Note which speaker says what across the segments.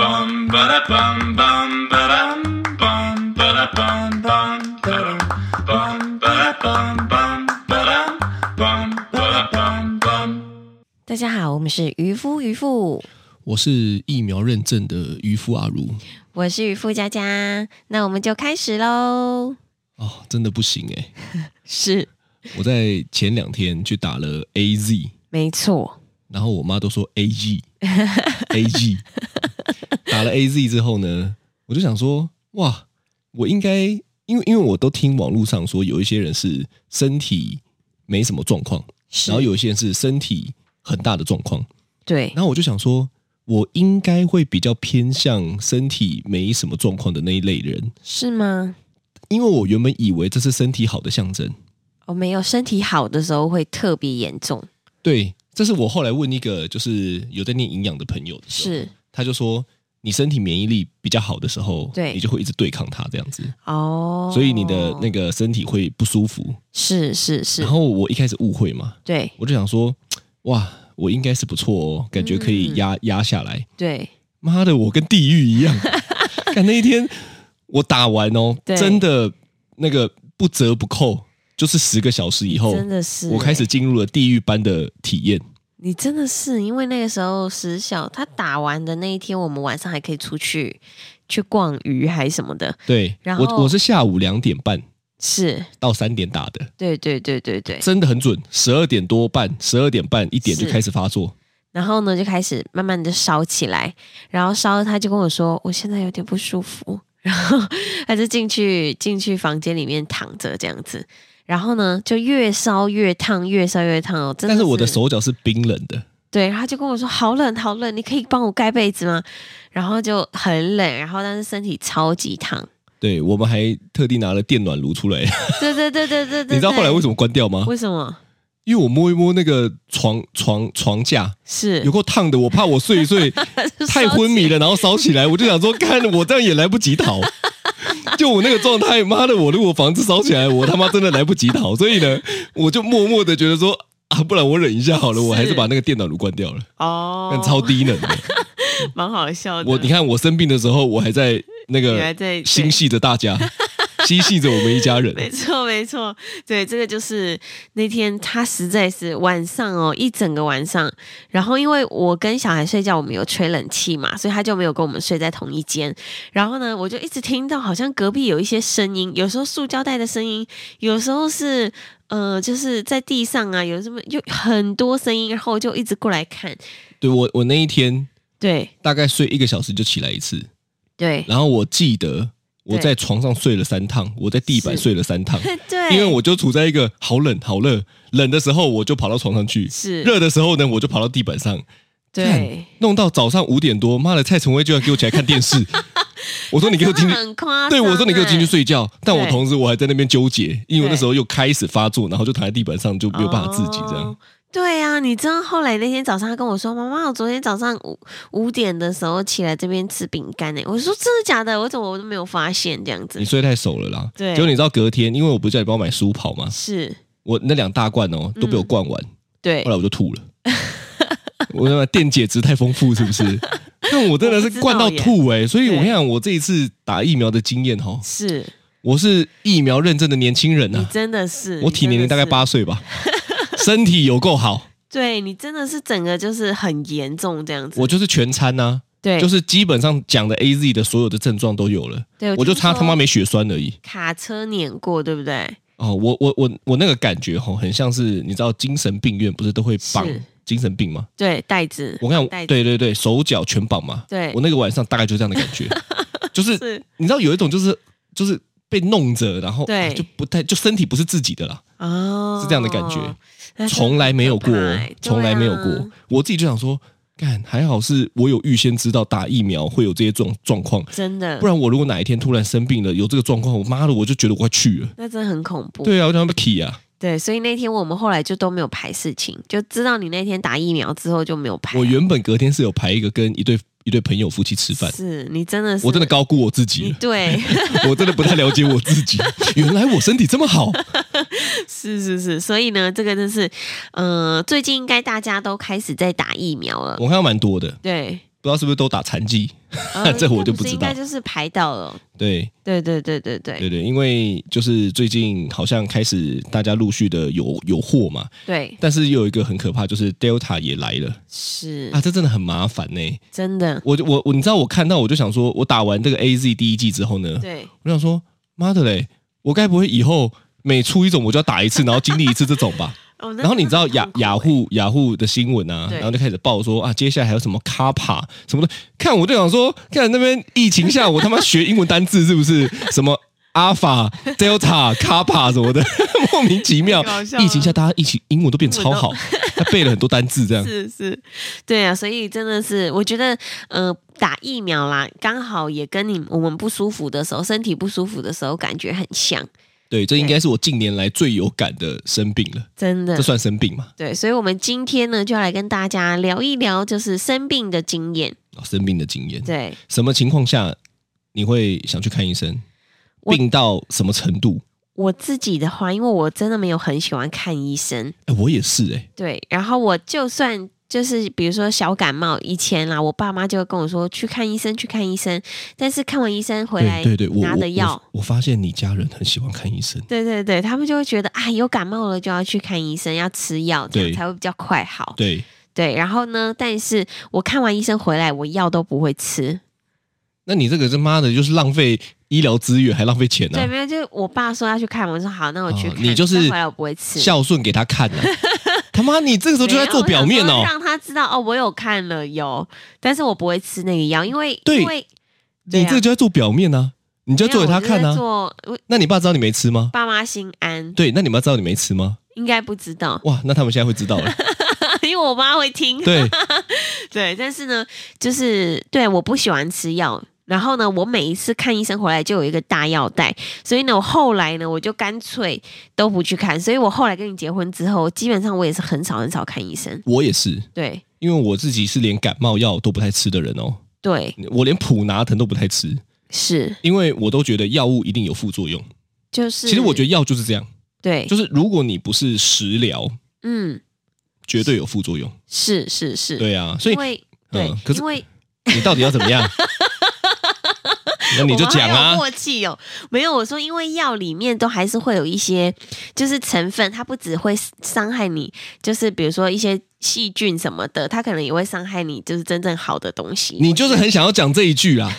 Speaker 1: bum ba da bum bum ba dum bum ba da bum bum ba dum bum ba da bum bum ba dum bum ba da bum bum.
Speaker 2: 大家好，我们是渔夫渔妇，
Speaker 3: 我是疫苗认证的渔夫阿如
Speaker 2: 我是渔夫佳佳，那我们就开始喽。
Speaker 3: 哦，真的不行哎！
Speaker 2: 是，
Speaker 3: 我在前两天去打了 A Z，
Speaker 2: 没错，
Speaker 3: 然后我妈都说 A G A G，打了 A Z 之后呢，我就想说，哇，我应该因为因为我都听网络上说有一些人是身体没什么状况，
Speaker 2: 是
Speaker 3: 然后有一些人是身体很大的状况，
Speaker 2: 对，
Speaker 3: 然后我就想说，我应该会比较偏向身体没什么状况的那一类人，
Speaker 2: 是吗？
Speaker 3: 因为我原本以为这是身体好的象征。
Speaker 2: 哦，没有，身体好的时候会特别严重，
Speaker 3: 对，这是我后来问一个就是有在念营养的朋友的时候，
Speaker 2: 是
Speaker 3: 他就说你身体免疫力比较好的时候，
Speaker 2: 对
Speaker 3: 你就会一直对抗它这样子，
Speaker 2: 哦，
Speaker 3: 所以你的那个身体会不舒服。
Speaker 2: 是是是
Speaker 3: 然，后我一开始误会嘛，
Speaker 2: 对
Speaker 3: 我就想说，哇，我应该是不错哦，感觉可以
Speaker 2: 嗯
Speaker 3: 压、压下来。
Speaker 2: 对，
Speaker 3: 妈的，我跟地狱一样。 看那一天我打完哦，
Speaker 2: 对
Speaker 3: 真的那个不折不扣，就是十个小时以后，
Speaker 2: 真的是
Speaker 3: 我开始
Speaker 2: 欸
Speaker 3: 进入了地狱般的体验。
Speaker 2: 你真的是因为那个时候时小，他打完的那一天，我们晚上还可以出去去逛鱼还什么的，
Speaker 3: 对，
Speaker 2: 然后
Speaker 3: 我我是下午两点半
Speaker 2: 是
Speaker 3: 到三点打的，
Speaker 2: 对对对对对。
Speaker 3: 真的很准，十二点多半、十二点半一点
Speaker 2: 是
Speaker 3: 就开始发作。
Speaker 2: 然后呢，就开始慢慢的烧起来，然后烧，他就跟我说，我现在有点不舒服， 然后他就进去进去房间里面躺着这样子，然后呢，就越烧越烫，越烧越烫哦，真的
Speaker 3: 但是我的手脚是冰冷的，
Speaker 2: 对，他就跟我说好冷好冷，你可以帮我盖被子吗？然后就很冷，然后但是身体超级烫，
Speaker 3: 对我们还特地拿了电暖炉 出来。
Speaker 2: 对对对对对对
Speaker 3: 你知道后来为什
Speaker 2: 么？
Speaker 3: 么关掉吗？
Speaker 2: 为什么
Speaker 3: 因为我摸一摸那个床床床架，
Speaker 2: 是
Speaker 3: 有够烫的，我怕我睡一睡太昏迷了，然后烧起来，我就想说，看我这样也来不及逃。 就我那个状态，妈的，我如果房子烧起来，我他妈真的来不及逃。所以呢，我就默默的觉得说啊，不然我忍一下好了，我还是把那个电脑炉关掉了，
Speaker 2: 哦
Speaker 3: 但，超低能的。
Speaker 2: 蛮好笑的。
Speaker 3: 我你看，呃我生病的时候，我还在那
Speaker 2: 你还
Speaker 3: 个
Speaker 2: 在对
Speaker 3: 心系着大 家，心系着我们一家人。
Speaker 2: 没错，没错，对，这个就是那天他实在是晚上哦，一整个晚上。然后因为我跟小孩睡觉，我们有吹冷气嘛，所以他就没有跟我们睡在同一间。然后呢，我就一直听到好像隔壁有一些声音，有时候塑胶袋的声音，有时候是呃，就是在地上啊，有什么有很多声音，然后我就一直过来看。
Speaker 3: 对我，我那一天
Speaker 2: 对
Speaker 3: 大概睡一个小时就起来一次，
Speaker 2: 对
Speaker 3: 然后我记得我
Speaker 2: 对
Speaker 3: 在床上睡了三趟，我在地板
Speaker 2: 是
Speaker 3: 睡了三趟。
Speaker 2: 对，
Speaker 3: 因为我就处在一个好冷好热，冷的时候我就跑到床上去，
Speaker 2: 是
Speaker 3: 热的时候呢我就跑到地板上，
Speaker 2: 对
Speaker 3: 看。弄到早上五点多，妈的，蔡崇威就要给我起来看 电视。我说你给我进去，
Speaker 2: 很夸张、
Speaker 3: 对我说你给我进去
Speaker 2: 哎
Speaker 3: 睡觉，但我同时我还在那边纠结，因为我那
Speaker 2: 对
Speaker 3: 时候又开始发作，然后就躺在地板上就没有办法自己这样
Speaker 2: 哦。对啊，你知道后来那天早上他跟我说，妈妈，我昨天早上五五点的时候起来这边吃饼干欸呢。我说真的假的？我怎么我都没有发现这样子
Speaker 3: 你？睡太熟了啦，
Speaker 2: 对
Speaker 3: 结果你知道隔天，因为我不是叫你帮我买舒跑吗？
Speaker 2: 是，
Speaker 3: 我那两大罐哦都
Speaker 2: 嗯
Speaker 3: 被我灌完，
Speaker 2: 对
Speaker 3: 后，来我就吐了。 我他妈电解质太丰富是不是？ 但我真的是灌到吐哎、所以我跟你讲，我这一次打疫苗的经验哈，
Speaker 2: 是
Speaker 3: 我是疫苗认证的年轻人
Speaker 2: 你
Speaker 3: 啊，
Speaker 2: 真的是，
Speaker 3: 我体年龄大概
Speaker 2: 你真的是，
Speaker 3: 八岁吧，身体有够好，
Speaker 2: 对你真的是整个就是很严重这样子。
Speaker 3: 我就是全餐呐、
Speaker 2: 对，
Speaker 3: 就是基本上讲的 A Z 的所有的症状都有了，
Speaker 2: 对
Speaker 3: 我就
Speaker 2: 听
Speaker 3: 差他妈
Speaker 2: 说
Speaker 3: 没血栓而已。
Speaker 2: 卡车碾过，对不对？
Speaker 3: 哦，我我我我那个感觉哈，很像是你知道精神病院不是都会绑
Speaker 2: 是
Speaker 3: 精神病吗？
Speaker 2: 对，袋子，
Speaker 3: 我看
Speaker 2: 袋，子
Speaker 3: 对对对，手脚全绑嘛。
Speaker 2: 对
Speaker 3: 我那个晚上大概就这样的感 觉，就是
Speaker 2: 哎是
Speaker 3: 你知道有一种就是就是被弄着，然后
Speaker 2: 对
Speaker 3: 啊就不太就身体不是自己的啦，
Speaker 2: 哦，
Speaker 3: 是这样的感觉，
Speaker 2: 那是
Speaker 3: 从来没有
Speaker 2: 很
Speaker 3: 过
Speaker 2: 可怕欸，
Speaker 3: 从来没有
Speaker 2: 对啊
Speaker 3: 过。我自己就想说，干还好是我有预先知道打疫苗会有这些状状况，
Speaker 2: 真的，
Speaker 3: 不然我如果哪一天突然生病了有这个状况，我妈的我就觉得我快去了。
Speaker 2: 那真的很恐怖。
Speaker 3: 对啊，我想要 k 啊，
Speaker 2: 对，所以那天我们后来就都没有排事情，就知道你那天打疫苗之后就没有排啊。
Speaker 3: 我原本隔天是有排一个跟一对一对朋友夫妻吃饭，
Speaker 2: 是你真的是，
Speaker 3: 我真的高估我自己
Speaker 2: 你
Speaker 3: 了。
Speaker 2: 对，
Speaker 3: 我真的不太了解我自 己，原来我身体这么好。
Speaker 2: 是是是，所以呢，这个真是，呃，最近应该大家都开始在打疫苗了，
Speaker 3: 哦我看到蛮多的，
Speaker 2: 对，
Speaker 3: 不知道是不是都打残疾，
Speaker 2: 呃
Speaker 3: 这我就不知道
Speaker 2: 应该就是排到了。
Speaker 3: 对，
Speaker 2: 对对对对对
Speaker 3: 对对，因为就是最近好像开始大家陆续的有有货嘛，
Speaker 2: 对，
Speaker 3: 但是又有一个很可怕，就是 Delta 也来了
Speaker 2: 是
Speaker 3: 啊，嗯这真的很麻烦呢、
Speaker 2: 真的。
Speaker 3: 我就我我你知道我看到我就想说，我打完这个 AZ 第一季之后呢，
Speaker 2: 对，
Speaker 3: 我想说妈的嘞，我该不会以后每出一种我就要打一次，然后经历一次这种吧？
Speaker 2: 哦，那
Speaker 3: 然后你知道
Speaker 2: 真的很
Speaker 3: 雅雅
Speaker 2: 痛苦
Speaker 3: 虎雅虎的新闻啊，
Speaker 2: 对
Speaker 3: 然后就开始报说啊，接下来还有什么卡帕什么的，看我就想说，看那边疫情下我他妈学英文单字是 不是什么？阿法、Delta、卡帕什么的， 莫名其妙
Speaker 2: 太搞笑。了啊
Speaker 3: 疫情下，大家一起英文都变超好，他背了很多单字，这样
Speaker 2: 欸 是是，对啊，所以真的是，我觉得呃，打疫苗啦，刚好也跟你我们不舒服的时候，身体不舒服的时候感觉很像，
Speaker 3: 对，这应该是我近年来最有感的生病了。
Speaker 2: 真的
Speaker 3: 这。算生病吗？
Speaker 2: 对，所以我们今天呢，就要来跟大家聊一聊，就是生病的经验。
Speaker 3: 哦生病的经验，
Speaker 2: 对，
Speaker 3: 什么情况下你会想去看医生？
Speaker 2: 我
Speaker 3: 病到什么程度？
Speaker 2: 我自己的话，因为我真的没有很喜欢看医生，
Speaker 3: 哎，我也是哎，
Speaker 2: 对，然后我就算。就是比如说小感冒，以前啦，我爸妈就会跟我说去看医生，去看医生。但是看完医生回来
Speaker 3: 对对对，我
Speaker 2: 拿的药，
Speaker 3: 我我我发现你家人很喜欢看医生，
Speaker 2: 对对对，他们就会觉得啊，有感冒了就要去看医生，要吃药，这
Speaker 3: 对
Speaker 2: 样才会比较快好。
Speaker 3: 对，
Speaker 2: 对，然后呢，但是我看完医生回来，我药都不会吃。
Speaker 3: 那你这个他妈的就是浪费医疗资源，还浪费钱呢、啊
Speaker 2: 对，没有，就是我爸说要去看，我说好，那我去
Speaker 3: 哦
Speaker 2: 看。
Speaker 3: 你就是
Speaker 2: 但回来我不会吃。
Speaker 3: 孝顺给他看 呢、他妈，你这个时候就在做表面
Speaker 2: 没有
Speaker 3: 哦
Speaker 2: 我想说。让他知道哦，我有看了有，但是我不会吃那个药，因为
Speaker 3: 对
Speaker 2: 因为对啊
Speaker 3: 你这个就在做表面啊，你就
Speaker 2: 没
Speaker 3: 要做
Speaker 2: 有
Speaker 3: 给他看
Speaker 2: 我就在
Speaker 3: 啊。
Speaker 2: 做我
Speaker 3: 那你爸知道你没吃吗？
Speaker 2: 爸妈心安，
Speaker 3: 对，那你妈知道你没吃吗？
Speaker 2: 应该不知道，
Speaker 3: 哇，那他们现在会知道了。
Speaker 2: 因为我妈会听。
Speaker 3: 对，
Speaker 2: 对，但是呢，就是对我不喜欢吃药。然后呢，我每一次看医生回来就有一个大药袋，所以呢，我后来呢，我就干脆都不去看。所以我后来跟你结婚之后，基本上我也是很少很少看医生。
Speaker 3: 我也是，
Speaker 2: 对
Speaker 3: 因为我自己是连感冒药都不太吃的人哦，
Speaker 2: 对，
Speaker 3: 我连普拿疼都不太吃，
Speaker 2: 是
Speaker 3: 因为我都觉得药物一定有副作用。
Speaker 2: 就是。
Speaker 3: 其实我觉
Speaker 2: 得
Speaker 3: 得药就是这样，
Speaker 2: 对，
Speaker 3: 就是如果你不是食疗，
Speaker 2: 嗯，
Speaker 3: 绝对有副作用。
Speaker 2: 是是是，
Speaker 3: 对啊，所以
Speaker 2: 因为对，
Speaker 3: 嗯，可是
Speaker 2: 因为
Speaker 3: 你到底要怎么 样？那你就讲
Speaker 2: 我们还有
Speaker 3: 啊，
Speaker 2: 默契哦，没有我说，因为药里面都还是会有一些，就是成分，它不只会伤害你，就是比如说一些细菌什么的，它可能也会伤害你，就是真正好的东西。
Speaker 3: 你就是很想要讲这一句 啦，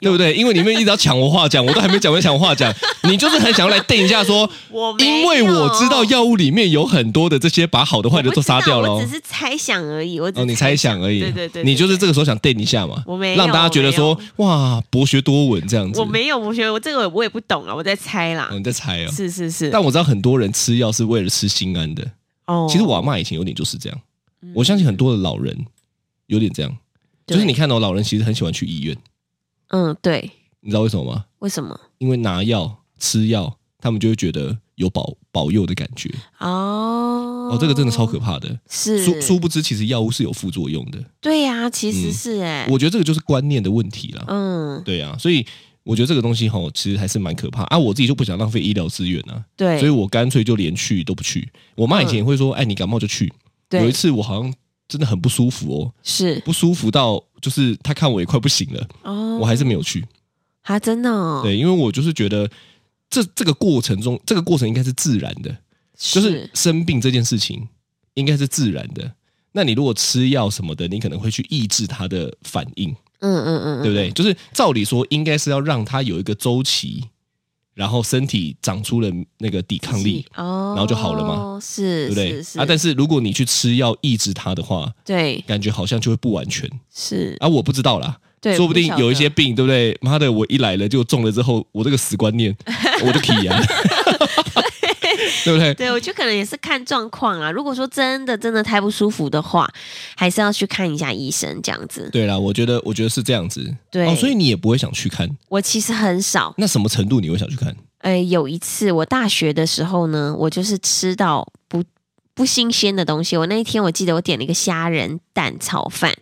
Speaker 3: 对不对？因为你们一直要抢我话讲，我都还没讲完抢我话 讲，你就是很想要来定一下说，
Speaker 2: 我没有
Speaker 3: 因为我知道药物里面有很多的这些把好的坏的都杀掉了
Speaker 2: 我
Speaker 3: 哦
Speaker 2: 不知道我只是猜想而已。我只
Speaker 3: 哦，你猜想而已，
Speaker 2: 对对对对
Speaker 3: 你就是这个时候想定一下嘛，
Speaker 2: 我没有
Speaker 3: 让大家觉得说哇博学多闻这样子，
Speaker 2: 我没有，我觉得我这个我也不懂啊，我在猜啦
Speaker 3: 哦，。你在猜哦。
Speaker 2: 是是是，
Speaker 3: 但我知道很多人吃药是为了吃心安的，
Speaker 2: 哦
Speaker 3: 其实我阿嬷以前有点就是这样，
Speaker 2: 嗯
Speaker 3: 我相信很多的老人有点这样，就是你看到、老人其实很喜欢去医院，
Speaker 2: 嗯对，
Speaker 3: 你知道为什么吗？
Speaker 2: 为什么？
Speaker 3: 因为拿药吃药，他们就会觉得有保保佑的感觉。
Speaker 2: 哦
Speaker 3: 哦，这个真的超可怕的。
Speaker 2: 是
Speaker 3: 殊殊不知，其实药物是有副作用的。
Speaker 2: 对呀、其实
Speaker 3: 嗯
Speaker 2: 是哎、
Speaker 3: 我觉得这个就是观念的问题啦。
Speaker 2: 嗯
Speaker 3: 对啊，所以我觉得这个东西吼，其实还是蛮可怕啊。我自己就不想浪费医疗资源啊，
Speaker 2: 对，嗯
Speaker 3: 所以我干脆就连去都不去。我妈以前也会说：“哎，你感冒就去。”有
Speaker 2: 对
Speaker 3: 一次我好像真的很不舒服哦，
Speaker 2: 是
Speaker 3: 不舒服到就是她看我也快不行了，
Speaker 2: 哦，
Speaker 3: 我还是没有去。
Speaker 2: 啊，真的、哦，，
Speaker 3: 对，因为我就是觉得这这个过程中，这个过程应该是自然的，
Speaker 2: 就
Speaker 3: 就是生病这件事情应该是自然的。那你如果吃药什么的，你可能会去抑制它的反应，
Speaker 2: 嗯嗯嗯，
Speaker 3: 对不对？就是照理说，应该是要让它有一个周期，然后身体长出了那个抵抗力，
Speaker 2: 哦，
Speaker 3: 然后就好了嘛，
Speaker 2: 是，
Speaker 3: 对不对
Speaker 2: 是是
Speaker 3: 啊？但是如果你去吃药抑制它的话，
Speaker 2: 对
Speaker 3: 感觉好像就会不完全
Speaker 2: 是，
Speaker 3: 啊！我不知道啦，
Speaker 2: 对，
Speaker 3: 说不定
Speaker 2: 晓
Speaker 3: 有一
Speaker 2: 得
Speaker 3: 些病，对不对？妈的，我一来了就中了之后，我这个死观 念，我就可以啊，对不对？
Speaker 2: 对，我觉得可能也是看状况啦。如果说真的真的太不舒服的话，还是要去看一下医生这样子。
Speaker 3: 对啦，我觉得我觉得是这样子。
Speaker 2: 对
Speaker 3: 哦，所以你也不会想去看。
Speaker 2: 我其实很少，
Speaker 3: 那什么程度你会想去看？
Speaker 2: 呃，有一次我大学的时候呢，我就是吃到不不新鲜的东西。我那一天我记得我点了一个虾仁蛋炒饭，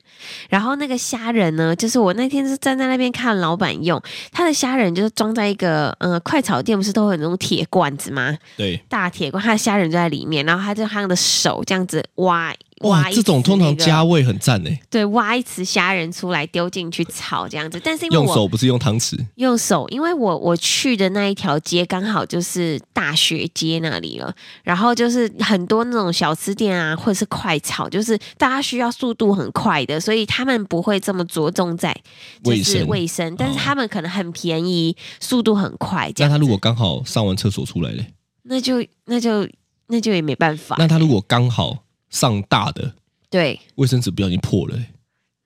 Speaker 2: 然后那个虾仁呢，就是我那天是站在那边看老板用，他的虾仁就是装在一个呃快炒店不是都会有那种铁罐子吗？
Speaker 3: 对，
Speaker 2: 大铁罐，他的虾仁就在里面，然后他就他的手这样子挖挖
Speaker 3: 哇，
Speaker 2: 一、
Speaker 3: 这种通常加味很赞欸诶，
Speaker 2: 对挖一池虾仁出来丢进去炒这样子，但是因为
Speaker 3: 用
Speaker 2: 我
Speaker 3: 手不是用汤匙。
Speaker 2: 用手，因为我我去的那一条街刚好就是大学街那里了，然后就是很多那种小吃店啊，或者是快炒，就是大家需要速度很快的，所以他们不会这么着重在就
Speaker 3: 卫
Speaker 2: 是
Speaker 3: 生哦
Speaker 2: 卫生，但是他们可能很便宜，速度很快这
Speaker 3: 那
Speaker 2: 样子。
Speaker 3: 他如果刚好上完厕所出来嘞，
Speaker 2: 那就那就那就也没办法，
Speaker 3: 那他如果刚好上大的
Speaker 2: 对，
Speaker 3: 卫生纸不小心破了嘞，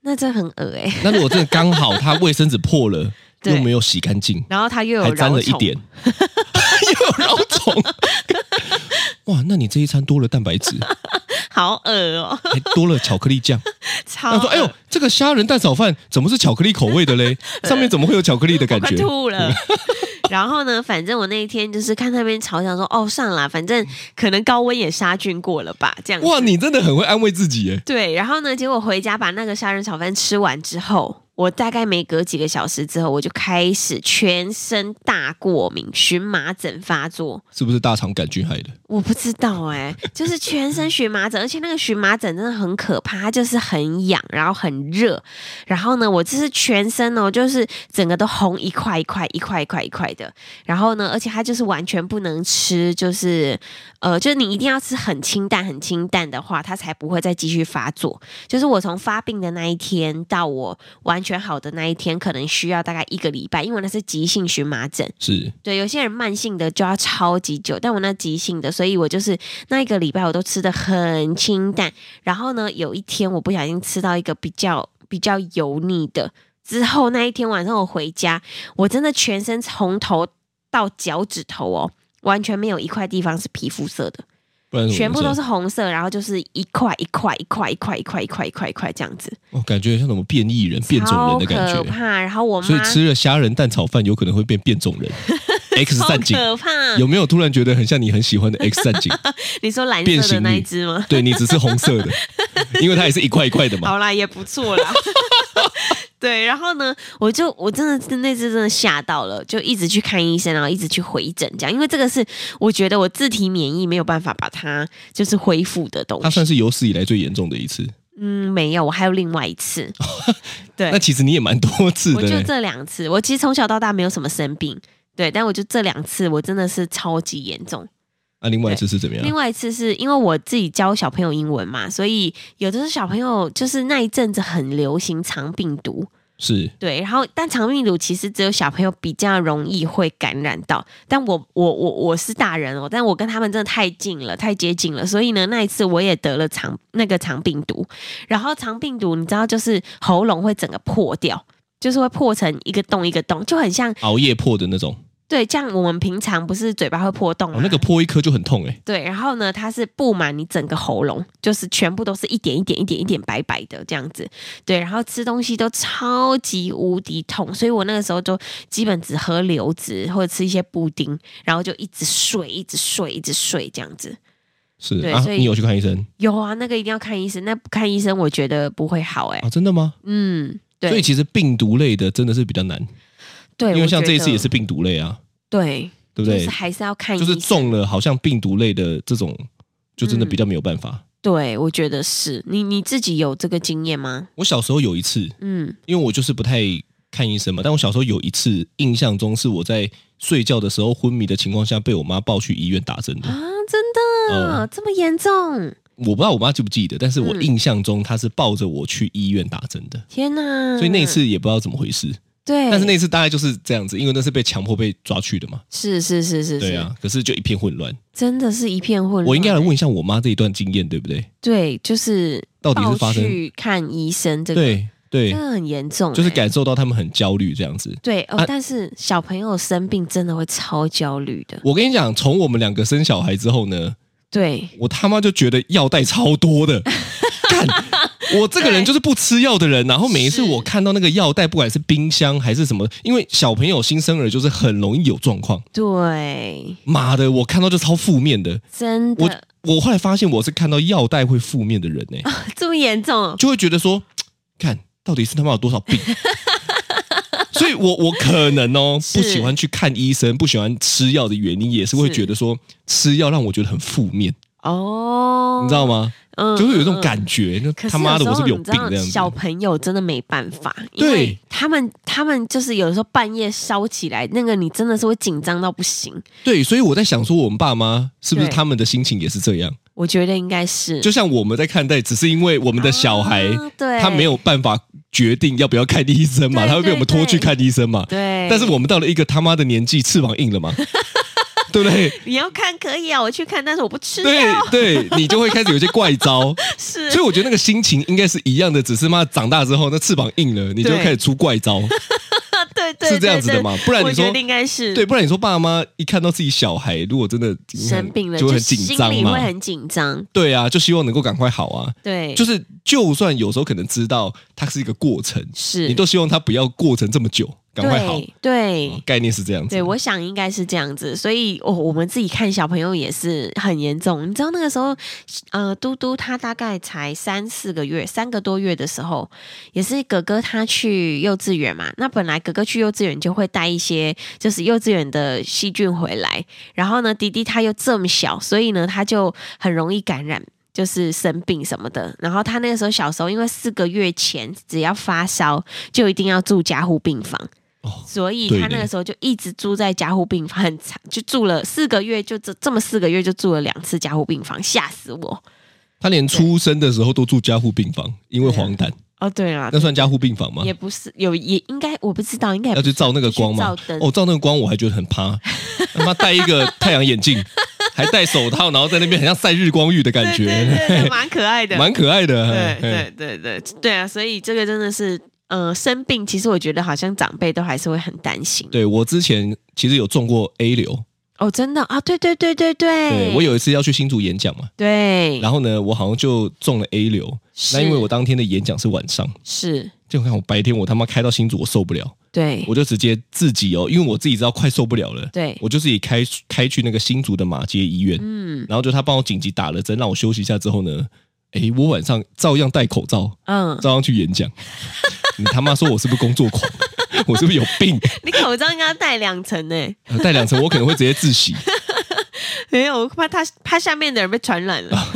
Speaker 2: 那这很恶哎、
Speaker 3: 那如果真的刚好他卫生纸破了
Speaker 2: 对
Speaker 3: 又没有洗干净，
Speaker 2: 然后他又有
Speaker 3: 还沾
Speaker 2: 饶
Speaker 3: 了一
Speaker 2: 虫，
Speaker 3: 点，又 有老虫。 哇，那你这一餐多了蛋白质，
Speaker 2: 好恶哦、
Speaker 3: 还多了巧克力酱。
Speaker 2: 超
Speaker 3: 他说：“哎
Speaker 2: 恶
Speaker 3: 呦，这个虾仁蛋炒饭怎么是巧克力口味的嘞？上面怎么会有巧克力的感
Speaker 2: 快
Speaker 3: 觉？”嗯
Speaker 2: 吐了。 然后呢，反正我那一天就是看那边吵，想说哦，算了，反正可能高温也杀菌过了吧，这样子。
Speaker 3: 哇，你真的很会安慰自己耶！
Speaker 2: 对，然后呢，结果回家把那个虾仁炒饭吃完之后，我大概没隔几个小时之后，我就开始全身大过敏，荨麻疹发作。
Speaker 3: 是不是大肠杆菌害的？
Speaker 2: 我不知道哎、就是全身荨麻疹，而且那个荨麻疹真的很可怕，它就是很痒，然后很热，然后呢，我这是全身哦，就是整个都红一块一块一块一块一块的，然后呢，而且它就是完全不能吃，就是呃，就是你一定要吃很清淡很清淡的话，它才不会再继续发作。就是我从发病的那一天到我完全好的那一天，可能需要大概一个礼拜，因为那是急性荨麻疹。
Speaker 3: 是
Speaker 2: 对，有些人慢性的就要超级久，但我那急性的，所以我就是那一个礼拜我都吃的很清淡。然后呢，有一天我不小心吃到一个比较比较油腻的，之后那一天晚上我回家，我真的全身从头到脚趾头哦，完全没有一块地方是皮肤色的，
Speaker 3: 不然怎么
Speaker 2: 全部都
Speaker 3: 知
Speaker 2: 是红色，然后就是一块一块一块一块一块一块一块一块这样子，
Speaker 3: 道哦，感觉像什么变异人、变种人的感
Speaker 2: 超可
Speaker 3: 觉。
Speaker 2: 怕。然后我妈
Speaker 3: 所以吃了虾仁蛋炒饭，有可能会变 变种人。X
Speaker 2: 超
Speaker 3: 战警
Speaker 2: 可怕，
Speaker 3: 有没有突然觉得很像你很喜欢的 X 战警？
Speaker 2: 你说蓝
Speaker 3: 变
Speaker 2: 色的
Speaker 3: 形
Speaker 2: 那一
Speaker 3: 女
Speaker 2: 只吗？
Speaker 3: 对你只是红色的，因为它也是一块一块的嘛。
Speaker 2: 好啦，也不错 啦。 对，然后呢，我就我真的是那次真的吓到了，就一直去看医生，然后一直去回诊，这样，因为这个是我觉得我自体免疫没有办法把它就是恢复的东
Speaker 3: 它
Speaker 2: 西。
Speaker 3: 算是有史以来最严重的一次。
Speaker 2: 嗯，没有，我还有另外一次，对
Speaker 3: 那，其实你也蛮多次
Speaker 2: 我
Speaker 3: 的
Speaker 2: 就
Speaker 3: 嘞。
Speaker 2: 这两次，我其实从小到大没有什么生病，对，但我就这两次我真的是超级严重。
Speaker 3: 啊，另外一次是怎么样
Speaker 2: 另？外一次是因为我自己教小朋友英文嘛，所以有的时候小朋友就是那一阵子很流行肠病毒，
Speaker 3: 是
Speaker 2: 对，然后但肠病毒其实只有小朋友比较容易会感染到，但我我我我是大人哦，但我跟他们真的太近了，太接近了，所以呢，那一次我也得了肠那个肠病毒，然后肠病毒你知道就是喉咙会整个破掉，就是会破成一个洞一个洞，就很像
Speaker 3: 熬夜破的那种，
Speaker 2: 对，像我们平常不是嘴巴会破洞吗？
Speaker 3: 哦，那个破一颗就很痛哎。
Speaker 2: 对，然后呢，它是布满你整个喉咙，就是全部都是一点一点一点一点白白的这样子。对，然后吃东西都超级无敌痛，所以我那个时候就基本只喝流质或者吃一些布丁，然后就一直睡，一直睡，一直睡这样子。
Speaker 3: 是
Speaker 2: 对
Speaker 3: 啊，
Speaker 2: 所以
Speaker 3: 你有去看医生
Speaker 2: 有啊，那个一定要看医生，那不看医生我觉得不会好哎、
Speaker 3: 啊？真的吗？
Speaker 2: 嗯，
Speaker 3: 所以
Speaker 2: 对，
Speaker 3: 其实病毒类的真的是比较难，
Speaker 2: 对，
Speaker 3: 因为
Speaker 2: 我
Speaker 3: 像
Speaker 2: 觉
Speaker 3: 这一次
Speaker 2: 得
Speaker 3: 也是病毒类啊，
Speaker 2: 对，
Speaker 3: 对不对
Speaker 2: 就是？还是要看医
Speaker 3: 就
Speaker 2: 生，
Speaker 3: 是中了，好像病毒类的这种，就
Speaker 2: 嗯
Speaker 3: 真的比较没有办法。
Speaker 2: 对，我觉得是你你自己有这个经验吗？
Speaker 3: 我小时候有一次，
Speaker 2: 嗯
Speaker 3: 因为我就是不太看医生嘛，但我小时候有一次印象中是我在睡觉的时候昏迷的情况下被我妈抱去医院打针的。
Speaker 2: 啊，真的、
Speaker 3: 嗯哦
Speaker 2: 这么严重？
Speaker 3: 我不知道我妈记不记得，但是我
Speaker 2: 嗯
Speaker 3: 印象中她是抱着我去医院打针的，
Speaker 2: 天呐！
Speaker 3: 所以那一次也不知道怎么回事。
Speaker 2: 对，
Speaker 3: 但是那一次大概就是这样子，因为那是被强迫被抓去的嘛。
Speaker 2: 是是是是
Speaker 3: 对
Speaker 2: 是，
Speaker 3: 啊，可是就一片混乱。
Speaker 2: 真的是一片混乱。
Speaker 3: 我应该来问一下我妈这一段经验，对不对？
Speaker 2: 对，就是
Speaker 3: 到底是发
Speaker 2: 报
Speaker 3: 生
Speaker 2: 去看医生，这个
Speaker 3: 对对
Speaker 2: 真，的很严重、
Speaker 3: 就是
Speaker 2: 欸
Speaker 3: 感受到他们很焦虑这样子。
Speaker 2: 对哦、
Speaker 3: 啊
Speaker 2: 但是小朋友生病真的会超焦虑的。
Speaker 3: 我跟你讲，从我们两个生小孩之后呢，
Speaker 2: 对，
Speaker 3: 我他妈就觉得药带超多 的。干，我这个人就是不吃药的人，然后每一次
Speaker 2: 是
Speaker 3: 我看到那个药袋，不管是冰箱还是什么，因为小朋友新生儿就是很容易有状况。
Speaker 2: 对，
Speaker 3: 妈的，我看到就超负面的。
Speaker 2: 真
Speaker 3: 我
Speaker 2: 的
Speaker 3: 我后来发现我是看到药袋会负面的人 呢、
Speaker 2: 这么严重哦，
Speaker 3: 就会觉得说，看到底是他妈有多少 病。所以我我可能哦
Speaker 2: 是
Speaker 3: 不喜欢去看医生，不喜欢吃药的原因，也是会
Speaker 2: 是
Speaker 3: 觉得说吃药让我觉得很负面。
Speaker 2: 哦，
Speaker 3: 你知道吗？
Speaker 2: 嗯，嗯，
Speaker 3: 就是有一种
Speaker 2: 嗯。
Speaker 3: 感觉，就
Speaker 2: 可是
Speaker 3: 他妈的
Speaker 2: 时
Speaker 3: 我是
Speaker 2: 候
Speaker 3: 不是有
Speaker 2: 你知
Speaker 3: 病
Speaker 2: 道
Speaker 3: 这样
Speaker 2: 小
Speaker 3: 子？
Speaker 2: 朋友真的没办法，因
Speaker 3: 对
Speaker 2: 为他们他们就是有的时候半夜烧起来，那个你真的是会紧张到不行。
Speaker 3: 对，所以我在想说，我们爸妈是不是
Speaker 2: 对
Speaker 3: 他们的心情也是这样？
Speaker 2: 我觉得应该是，
Speaker 3: 就是像我们在看待，只是因为我们的小孩、
Speaker 2: 啊嗯对
Speaker 3: 他没有办法决定要不要看医生嘛，
Speaker 2: 对
Speaker 3: 他会被我们拖去看医生嘛。
Speaker 2: 对，
Speaker 3: 但是我们到了一个他妈的年纪，翅膀硬 了嘛，对不对？
Speaker 2: 你要看可以啊，我去看，但是我不吃药，
Speaker 3: 对对，你就会开始有一些怪 招。
Speaker 2: 是
Speaker 3: 所以我觉得那个心情应该是一样的，只是妈长大之后那翅膀硬了，你就
Speaker 2: 对
Speaker 3: 开始出怪招，
Speaker 2: 对 对
Speaker 3: 是这样子的嘛？不
Speaker 2: 对
Speaker 3: 然
Speaker 2: 我
Speaker 3: 你
Speaker 2: 觉
Speaker 3: 说
Speaker 2: 得应该是
Speaker 3: 对，不然你说爸妈一看到自己小孩如果真的
Speaker 2: 生病了，
Speaker 3: 就会很
Speaker 2: 心
Speaker 3: 紧张
Speaker 2: 里
Speaker 3: 嘛
Speaker 2: 会。很紧张，
Speaker 3: 对啊，就希望能够赶快好啊。
Speaker 2: 对，
Speaker 3: 就是是就算有时候可能知道它是一个过程，
Speaker 2: 是
Speaker 3: 你都希望它不要过程这么久，赶快好。
Speaker 2: 对对。
Speaker 3: 概念是这样子。
Speaker 2: 对，我想应该是这样子，所以我、哦、我们自己看小朋友也是很严重。你知道那个时候，呃，嘟嘟他大概才三四个月，三个多月的时候，也是哥哥他去幼稚园嘛。那本来哥哥去幼稚园就会带一些就是幼稚园的细菌回来，然后呢，弟弟他又这么小，所以呢，他就很容易感染。就是生病什么的，然后他那个时候小时候，因为四个月前只要发烧就一定要住加护病房，
Speaker 3: 哦，
Speaker 2: 所以
Speaker 3: 对
Speaker 2: 他那
Speaker 3: 耶
Speaker 2: 个时候就一直住在加护病房，很长，就住了四个月，就这这么四个月就住了两次加护病房，吓死我！
Speaker 3: 他连出生的时候都住加护病房，因为黄疸，
Speaker 2: 哦，啊对了
Speaker 3: 那，算加护病房吗？
Speaker 2: 也不是有也应该我不知道，应该也
Speaker 3: 要
Speaker 2: 不
Speaker 3: 去照那个光嘛
Speaker 2: 就去照？灯
Speaker 3: 哦，照那个光我还觉得很 趴，他妈戴一个太阳眼镜，还戴手套，然后在那边很像晒日光浴的感
Speaker 2: 对对对
Speaker 3: 觉，
Speaker 2: 对，蛮可爱的，
Speaker 3: 蛮可爱的。
Speaker 2: 对
Speaker 3: 嘿
Speaker 2: 对对对对啊！所以这个真的是，呃，生病其实我觉得好像长辈都还是会很担心。
Speaker 3: 对我之前其实有中过 A 瘤，
Speaker 2: 哦，真的啊，对对对对对，
Speaker 3: 对我有一次要去新竹演讲嘛，
Speaker 2: 对，
Speaker 3: 然后呢，我好像就中了 A 瘤。
Speaker 2: 嗯是
Speaker 3: 那因为我当天的演讲是晚上，
Speaker 2: 是
Speaker 3: 就看我白天我他妈开到新竹我受不了，
Speaker 2: 对
Speaker 3: 我就直接自己哦，因为我自己知道快受不了了，
Speaker 2: 对
Speaker 3: 我就自己开开去那个新竹的马街医院，
Speaker 2: 嗯
Speaker 3: 然后就他帮我紧急打了针，让我休息一下之后呢，诶，我晚上照样戴口罩，
Speaker 2: 嗯，
Speaker 3: 照样去演讲。 你他妈说我是不是工作狂？ 我是不是有病？
Speaker 2: 你口罩应该要戴两层呢、
Speaker 3: 呃戴两层我可能会直接窒息，
Speaker 2: 没有，我怕他怕下面的人被传染 了。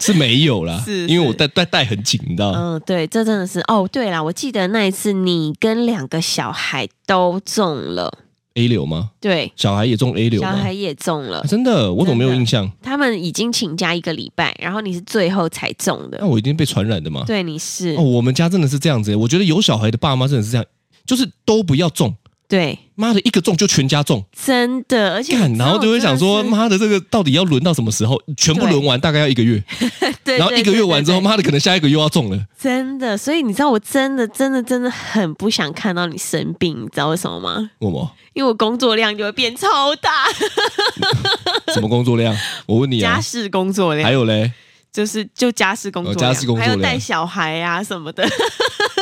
Speaker 3: 是没有啦，
Speaker 2: 是
Speaker 3: 因为我
Speaker 2: 是
Speaker 3: 戴戴戴很紧，你知道。
Speaker 2: 嗯，对，这真的是哦。对啦，我记得那一次你跟两个小孩都中了，
Speaker 3: A 瘤吗？
Speaker 2: 对，
Speaker 3: 小孩也中 A 瘤
Speaker 2: 小
Speaker 3: 吗？
Speaker 2: 孩也中了
Speaker 3: 啊，真的，我怎么没有
Speaker 2: 真的
Speaker 3: 印象？
Speaker 2: 他们已经请假一个礼拜，然后你是最后才中
Speaker 3: 那
Speaker 2: 的，
Speaker 3: 我一定被传染的嘛？
Speaker 2: 对，你是，
Speaker 3: 哦，我们家真的是这样子耶，我觉得有小孩的爸妈真的是这样，就是都不要中，
Speaker 2: 对，
Speaker 3: 妈的一个中就全家中，
Speaker 2: 真的，而且
Speaker 3: 干，
Speaker 2: 你知道
Speaker 3: 然后就会想说，
Speaker 2: 我真的
Speaker 3: 妈的这个到底要轮到什么时候？全部轮完大概要一个月，
Speaker 2: 是对，
Speaker 3: 然后
Speaker 2: 对
Speaker 3: 一个月完之后，，
Speaker 2: 对对对
Speaker 3: 妈的可能下一个又要中了，
Speaker 2: 真的，所以你知道我真的真的真的很不想看到你生病，你知道为什么吗？
Speaker 3: 我吗？
Speaker 2: 因为我工作量就会变超大，
Speaker 3: 什么工作量？我问 你
Speaker 2: 家
Speaker 3: 啊，
Speaker 2: 事工作量
Speaker 3: 还。有嘞，
Speaker 2: 就是就家事工作量、
Speaker 3: 哦家事工作
Speaker 2: 还
Speaker 3: 量
Speaker 2: 有带小孩啊什么的。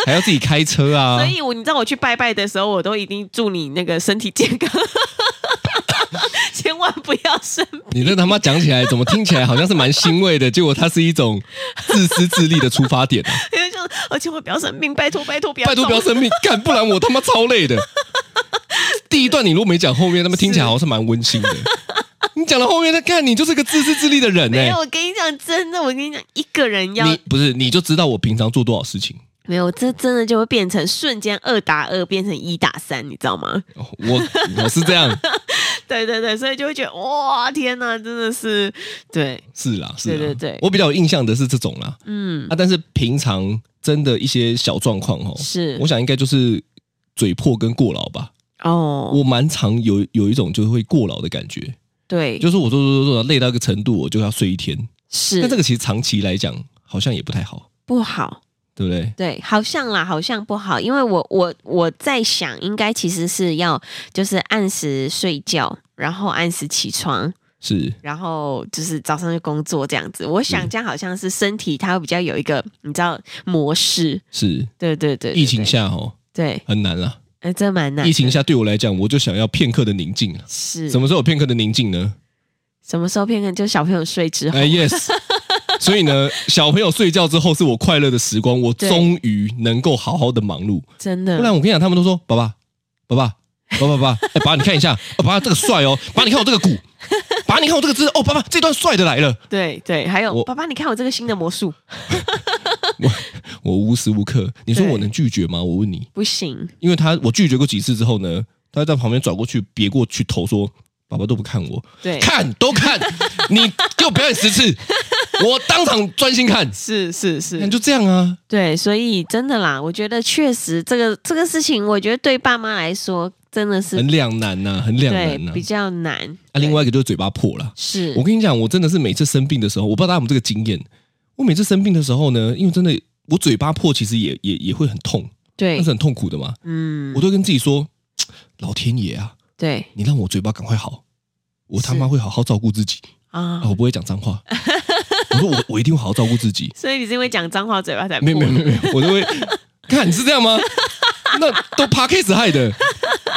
Speaker 3: 还要自己开车啊
Speaker 2: 所，以我你知道我去拜拜的时候，我都一定祝你那个身体健康， 千万不要生病。
Speaker 3: 你这他妈讲起来怎么听起来好像是蛮欣慰的，结果它是一种自私自利的出发点啊！
Speaker 2: 因为就是而且我不要生病，拜托拜托不要，
Speaker 3: 拜托不要。生病，干，不然我他妈超累 的。第一段你如果没讲后面，那么听起来好像是蛮温馨的。你讲到后面，他看你就是个自私自利的人呢、欸
Speaker 2: 没有，我跟你讲，真的，我跟你讲，一个人要
Speaker 3: 哎你不是，你就知道我平常做多少事情。
Speaker 2: 没有，这真的就会变成瞬间二打二变成一打三，你知道吗？
Speaker 3: 哦我我是这样，
Speaker 2: 对对对，所以就会觉得哇，天哪，真的是对，
Speaker 3: 是啦，是啦。
Speaker 2: 对对对
Speaker 3: 我比较有印象的是这种啦。
Speaker 2: 嗯，
Speaker 3: 啊，但是平常真的一些小状况哦，
Speaker 2: 是
Speaker 3: 我想应该就是嘴破跟过劳吧。
Speaker 2: 哦，
Speaker 3: 我蛮常有有一种就是会过劳的感觉，
Speaker 2: 对，
Speaker 3: 就是我做做做做到累到一个程度，我就要睡一天。
Speaker 2: 是
Speaker 3: 但这个其实长期来讲好像也不太好，
Speaker 2: 不好。
Speaker 3: 对不对？
Speaker 2: 对，好像啦，好像不好，因为我我我在想，应该其实是要就是按时睡觉，然后按时起床，
Speaker 3: 是
Speaker 2: 然后就是早上去工作这样子。我想
Speaker 3: 嗯
Speaker 2: 这样好像是身体它会比较有一个你知道模式，
Speaker 3: 是，
Speaker 2: 对对对对
Speaker 3: 疫情下哦
Speaker 2: 对，
Speaker 3: 很难啦。
Speaker 2: 哎，这蛮难的。
Speaker 3: 疫情下对我来讲，我就想要片刻的宁静了。
Speaker 2: 是
Speaker 3: 什么时候有片刻的宁静呢？
Speaker 2: 什么时候变更？就小朋友睡之后，
Speaker 3: 哎，yes。所以呢，小朋友睡觉之后是我快乐的时光，我
Speaker 2: 对嗯
Speaker 3: 终于能够好好的忙碌。
Speaker 2: 真
Speaker 3: 不
Speaker 2: 的
Speaker 3: 然我跟你讲，他们都说爸爸，爸爸，爸爸，爸爸，哎，爸，你看一下，哦爸爸这个帅哦，爸，你看我这个骨，爸，你看我这个姿势，哦，爸爸这段帅的来了。
Speaker 2: 对对，还有
Speaker 3: 我
Speaker 2: 爸爸，你看我这个新的魔术，
Speaker 3: 我无时无刻，你说
Speaker 2: 对
Speaker 3: 我能拒绝吗？我问你，
Speaker 2: 不行，
Speaker 3: 因为他我拒绝过几次之后呢，他在旁边转过去别过去头说，爸爸都不看我，
Speaker 2: 对，
Speaker 3: 看 都看，你给我表演十次，我当场专心看，
Speaker 2: 是是
Speaker 3: 那
Speaker 2: 是，
Speaker 3: 就这样啊。
Speaker 2: 对，所以真的啦，我觉得确实这个这个事情，我觉得对爸妈来说真的是
Speaker 3: 很两难呐、很两
Speaker 2: 对
Speaker 3: 难呐、
Speaker 2: 比较难。
Speaker 3: 啊，另外一个就是嘴巴破了。
Speaker 2: 是
Speaker 3: 我跟你讲，我真的是每次生病的时候，我不知道大家有没有这个经验。我每次生病的时候呢，因为真的我嘴巴破，其实也也也会很痛，
Speaker 2: 对
Speaker 3: 那是，很痛苦的嘛。
Speaker 2: 嗯
Speaker 3: 我，都跟自己说，老天爷啊，
Speaker 2: 对
Speaker 3: 你让我嘴巴赶快好，我他妈
Speaker 2: 是
Speaker 3: 会好好照顾自己
Speaker 2: 啊
Speaker 3: 啊，，我不会讲脏话。 我说我我一定会好好照顾自己。
Speaker 2: 所以你是因为讲脏话嘴巴才
Speaker 3: 没有没有
Speaker 2: 破
Speaker 3: 没有没 有，我都会看是这样吗？ 那都 p a c a s 害的，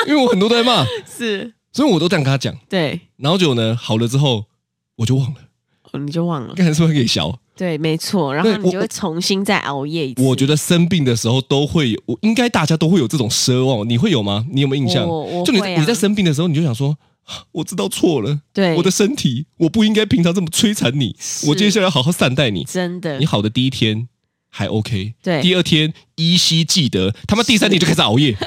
Speaker 3: 因为我很多都在骂，
Speaker 2: 是，
Speaker 3: 所以我都这样跟他讲。
Speaker 2: 对，
Speaker 3: 然后结果呢，好了之后我就忘了，
Speaker 2: 哦你就忘了，
Speaker 3: 刚才是不是给小？
Speaker 2: 对，没错，然后
Speaker 3: 对
Speaker 2: 你就
Speaker 3: 我
Speaker 2: 会重新再熬夜一次。
Speaker 3: 我觉得生病的时候都会有，我应该大家都会有这种奢望，你会有吗？你有没有印象？
Speaker 2: 我我
Speaker 3: 就你
Speaker 2: 会啊
Speaker 3: 你在生病的时候，你就想说，啊我知道错了，
Speaker 2: 对
Speaker 3: 我的身体，我不应该平常这么摧残你，我接下来要好好善待你。
Speaker 2: 真的
Speaker 3: 你，好的第一天还 OK，
Speaker 2: 对
Speaker 3: 第二天依稀记得，他妈第三天就开始熬 夜，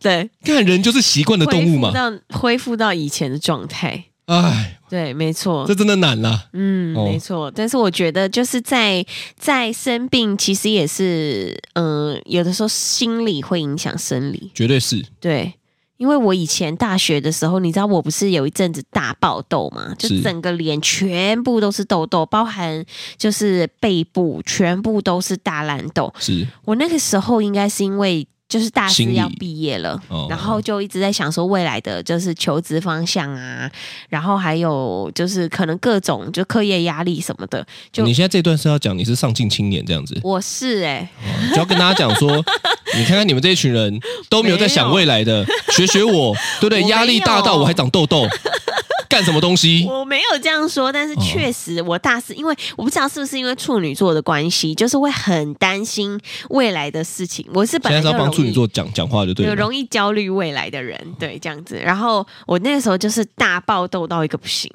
Speaker 2: 对，
Speaker 3: 看人就是习惯的动物
Speaker 2: 恢复
Speaker 3: 嘛，
Speaker 2: 到恢复到以前的状态。
Speaker 3: 哎，
Speaker 2: 对，没 错
Speaker 3: 这，真的难啦。
Speaker 2: 嗯，
Speaker 3: 哦
Speaker 2: 没错。但是我觉得，就是在在生病，其实也是，嗯、有的时候心理会影响生理。
Speaker 3: 绝对是，
Speaker 2: 对，因为我以前大学的时候，你知道我不是有一阵子大爆痘嘛，就是整个脸全部都是痘痘，包含就是背部全部都是大烂痘。
Speaker 3: 是
Speaker 2: 我那个时候应该是因为就是大四
Speaker 3: 心理
Speaker 2: 要毕业了，
Speaker 3: 哦
Speaker 2: 然后就一直在想说未来的就是求职方向啊，然后还有就是可能各种就课业压力什么的。就
Speaker 3: 你现在这段是要讲你是上进青年这样子，哦
Speaker 2: 我是哎、
Speaker 3: 就要跟大家讲 说，你看看你们这一群人都没有在想未来的，学学我，对不
Speaker 2: 我没
Speaker 3: 对？
Speaker 2: 有
Speaker 3: 压力大到我还长痘痘，干什么东西？
Speaker 2: 我没有这样说，但是
Speaker 3: 哦
Speaker 2: 确实我大四，因为我不知道是不是因为处女座的关系，就是会很担心未来的事情。我是本
Speaker 3: 现
Speaker 2: 来
Speaker 3: 在是
Speaker 2: 就
Speaker 3: 要帮处
Speaker 2: 容
Speaker 3: 女
Speaker 2: 易
Speaker 3: 座讲讲话就对
Speaker 2: 有
Speaker 3: 了。
Speaker 2: 容易焦虑未来的人，对，这样子。然后我那个时候就是大爆痘到一个不行，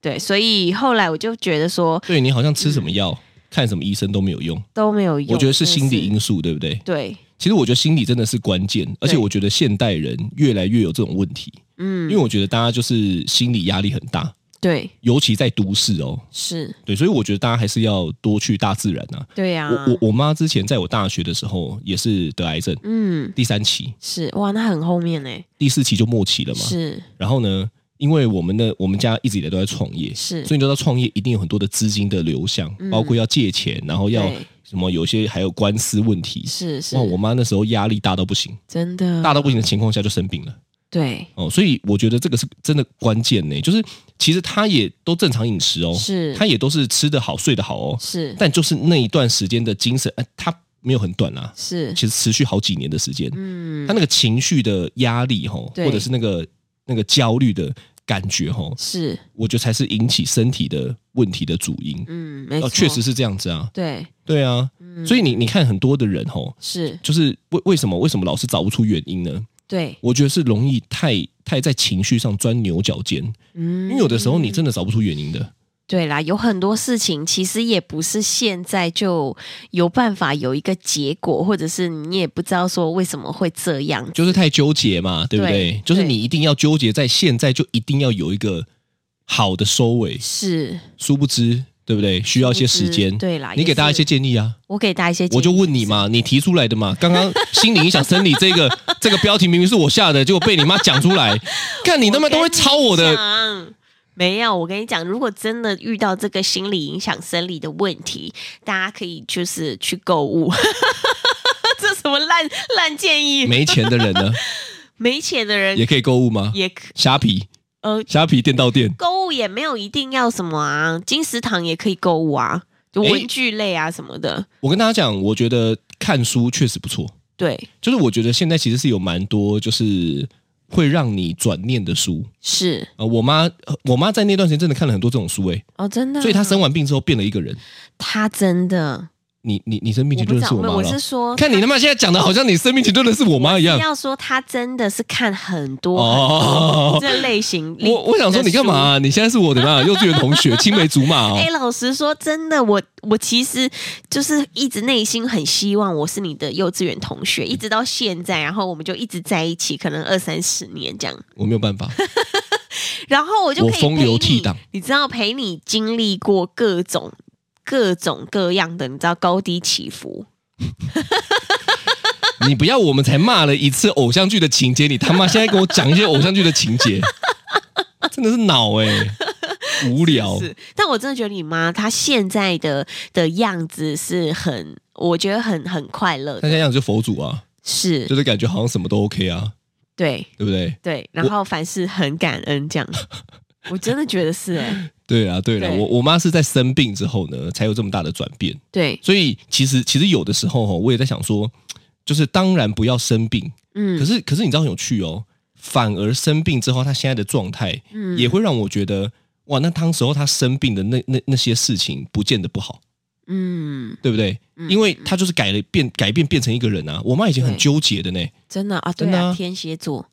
Speaker 2: 对，所以后来我就觉得说
Speaker 3: 对你好像吃什么药、看什么医生都没有用，
Speaker 2: 都没有用，
Speaker 3: 我觉得是心理
Speaker 2: 真的
Speaker 3: 因素，对不对
Speaker 2: 是。？对，
Speaker 3: 其实我觉得心理真的是关键，而且我觉得现代人越来越有这种问题，因
Speaker 2: 嗯，
Speaker 3: 为我觉得大家就是心理压力很大，
Speaker 2: 对，
Speaker 3: 尤其在都市哦，
Speaker 2: 是，
Speaker 3: 对，所以我觉得大家还是要多去大自然啊。
Speaker 2: 对呀、
Speaker 3: 我我我妈之前在我大学的时候也是得癌症，
Speaker 2: 嗯，
Speaker 3: 第三期，
Speaker 2: 是，哇，那很后面呢、欸
Speaker 3: 第四期就末期了嘛。
Speaker 2: 是
Speaker 3: 然后呢，因为我们的我们家一直以来都在创业，
Speaker 2: 是，
Speaker 3: 所以你知道创业一定有很多的资金的流向，
Speaker 2: 嗯
Speaker 3: 包括要借钱，然后要
Speaker 2: 对
Speaker 3: 什么，有些还有官司问题。
Speaker 2: 是是
Speaker 3: 哇，，我妈那时候压力大到不行，
Speaker 2: 真的
Speaker 3: 大到不行的情况下就生病了。
Speaker 2: 对，
Speaker 3: 哦，所以我觉得这个是真的关键呢，就是其实她也都正常饮食哦，
Speaker 2: 是
Speaker 3: 她也都是吃得好、睡得好哦，
Speaker 2: 是
Speaker 3: 但就是那一段时间的精神，哎、她没有很短啊，
Speaker 2: 是，
Speaker 3: 其实持续好几年的时间。
Speaker 2: 嗯
Speaker 3: 他，那个情绪的压力吼，
Speaker 2: 对
Speaker 3: 或者是那个那个焦虑的感觉吼，
Speaker 2: 是，
Speaker 3: 我觉得才是引起身体的问题的主因。
Speaker 2: 嗯，没错，
Speaker 3: 哦，确实是这样子啊，
Speaker 2: 对，
Speaker 3: 对啊，
Speaker 2: 嗯，
Speaker 3: 所以你你看很多的人吼，
Speaker 2: 是
Speaker 3: 就是为为什么为什么老是找不出原因呢？
Speaker 2: 对，
Speaker 3: 我觉得是容易太太在情绪上钻牛角尖，
Speaker 2: 嗯，
Speaker 3: 因为有的时候你真的找不出原因的。
Speaker 2: 对啦，有很多事情其实也不是现在就有办法有一个结果，或者是你也不知道说为什么会这样，
Speaker 3: 就是太纠结嘛，对不对？
Speaker 2: 对
Speaker 3: 就是你一定要纠结在现在，就一定要有一个好的收尾，
Speaker 2: 是
Speaker 3: 殊不知，对不对？需要一些时
Speaker 2: 不
Speaker 3: 间
Speaker 2: 知。对啦，
Speaker 3: 你给大家一些
Speaker 2: 也是，
Speaker 3: 建议啊。
Speaker 2: 我给大家一些建议，
Speaker 3: 我就问你嘛，你提出来的嘛，刚刚心理影响生理这个这个标题明明是我下的，结果被你妈讲出来，看你他妈都会抄我的，
Speaker 2: 的。没有，我跟你讲，如果真的遇到这个心理影响生理的问题，大家可以就是去购物。 这什么烂烂建议？
Speaker 3: 没钱的人呢
Speaker 2: 没钱的人
Speaker 3: 也可以购物吗？
Speaker 2: 也可
Speaker 3: 虾皮，
Speaker 2: 呃，
Speaker 3: 虾皮店到店，
Speaker 2: 购物也没有一定要什么啊，金石堂也可以购物啊，就
Speaker 3: 诶
Speaker 2: 文具类啊什么的。
Speaker 3: 我跟大家讲，我觉得看书确实不错，
Speaker 2: 对，
Speaker 3: 就是我觉得现在其实是有蛮多就是会让你转念的书。
Speaker 2: 是
Speaker 3: 呃，我妈，呃我妈在那段时间真的看了很多这种书、欸，
Speaker 2: 哦，真的啊、
Speaker 3: 所以她生完病之后变了一个人。
Speaker 2: 他真的
Speaker 3: 你你你生命
Speaker 2: 我
Speaker 3: 情
Speaker 2: 不
Speaker 3: 真
Speaker 2: 知道，
Speaker 3: 的是我
Speaker 2: 没有
Speaker 3: 妈
Speaker 2: 我
Speaker 3: 了
Speaker 2: 是。说，
Speaker 3: 看你他妈现在讲的好像你生命情真的是我妈一样。
Speaker 2: 要说他真的是看很多
Speaker 3: 哦，
Speaker 2: 这类型。
Speaker 3: 我我想说你干嘛、？你现在是我 的嘛幼稚园同学，青梅竹马哦
Speaker 2: 哎、。老实说，真的，我我其实就是一直内心很希望我是你的幼稚园同学，一直到现在，然后我们就一直在一起，可能二三十年这样，
Speaker 3: 我没有办法，
Speaker 2: 然后我就可以
Speaker 3: 我风
Speaker 2: 陪
Speaker 3: 流
Speaker 2: 你
Speaker 3: 倜傥
Speaker 2: 你知道陪你经历过各种各种各样的，你知道高低起伏，
Speaker 3: 你不要我们才骂了一次偶像剧的情节，你他妈现在给我讲一些偶像剧的情节，真的是脑哎、无聊。
Speaker 2: 是，但我真的觉得你妈她现在的的样子是很，我觉得很很快乐的，
Speaker 3: 他现在样子就佛祖啊，
Speaker 2: 是
Speaker 3: 就是感觉好像什么都 OK 啊，
Speaker 2: 对
Speaker 3: 对不对？
Speaker 2: 对，然后凡事很感恩这样， 我真的觉得是哎、
Speaker 3: 对啊，对了，
Speaker 2: 对
Speaker 3: 我我妈是在生病之后呢，才有这么大的转变。
Speaker 2: 对，
Speaker 3: 所以其实其实有的时候哦，我也在想说，就是当然不要生病，
Speaker 2: 嗯，
Speaker 3: 可是可是你知道很有趣哦，反而生病之后，她现在的状态
Speaker 2: 嗯
Speaker 3: 也会让我觉得，哇，那当时候她生病的那那那些事情，不见得不好。
Speaker 2: 嗯，
Speaker 3: 对不对？
Speaker 2: 嗯
Speaker 3: 因为他就是改了变，改变变成一个人啊。我妈以前很
Speaker 2: 对
Speaker 3: 纠结的呢。
Speaker 2: 真的啊，对
Speaker 3: 真的啊
Speaker 2: 啊，天蝎 座，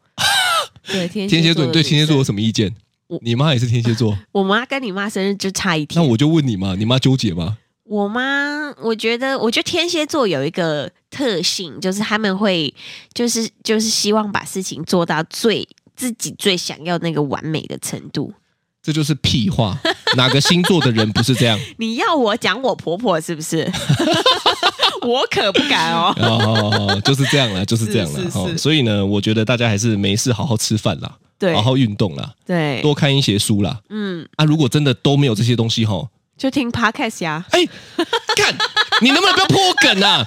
Speaker 2: 对天
Speaker 3: 天蝎座，
Speaker 2: 座，
Speaker 3: 你对天蝎座有，什么意见
Speaker 2: 我？
Speaker 3: 你妈也是天蝎座，
Speaker 2: 我妈跟你妈生日就差一天。
Speaker 3: 那我就问你嘛，你妈纠结吗？
Speaker 2: 我妈，我觉得，我觉得天蝎座有一个特性，就是他们会，就是就是希望把事情做到最自己最想要那个完美的程度。
Speaker 3: 这就是 屁话，哪个星座的人不是这样？
Speaker 2: 你要我讲我婆婆是不 是？ 我可不敢哦。
Speaker 3: 哦哦，哦就是这样啦，就是这样啦
Speaker 2: 是。是
Speaker 3: 哦，
Speaker 2: 是
Speaker 3: 所以呢，我觉得大家还是没事好好吃饭啦，
Speaker 2: 对
Speaker 3: 好好运动啦，
Speaker 2: 对，
Speaker 3: 多看一些书啦。
Speaker 2: 嗯，
Speaker 3: 啊，如果真的都没有这些东西吼，
Speaker 2: 就听 podcast 呀、
Speaker 3: 哎，看你能不能不要破梗啊？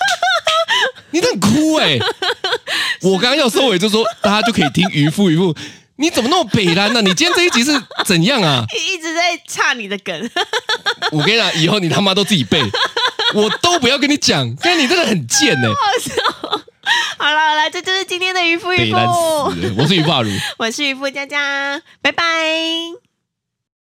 Speaker 3: 你在哭 哎、我刚刚要收尾就说，大家就可以听渔夫渔夫，你怎么那么北蓝啊呢、你今天这一集是怎样啊？
Speaker 2: 一一直在岔你的梗。
Speaker 3: 我跟你讲，以后你他妈都自己背，我都不要跟你讲。但你真的很贱哎、
Speaker 2: 好了好了，这就是今天的渔夫渔
Speaker 3: 北
Speaker 2: 夫
Speaker 3: 蓝，死了！我是渔霸如。
Speaker 2: 我是渔夫佳佳，拜拜。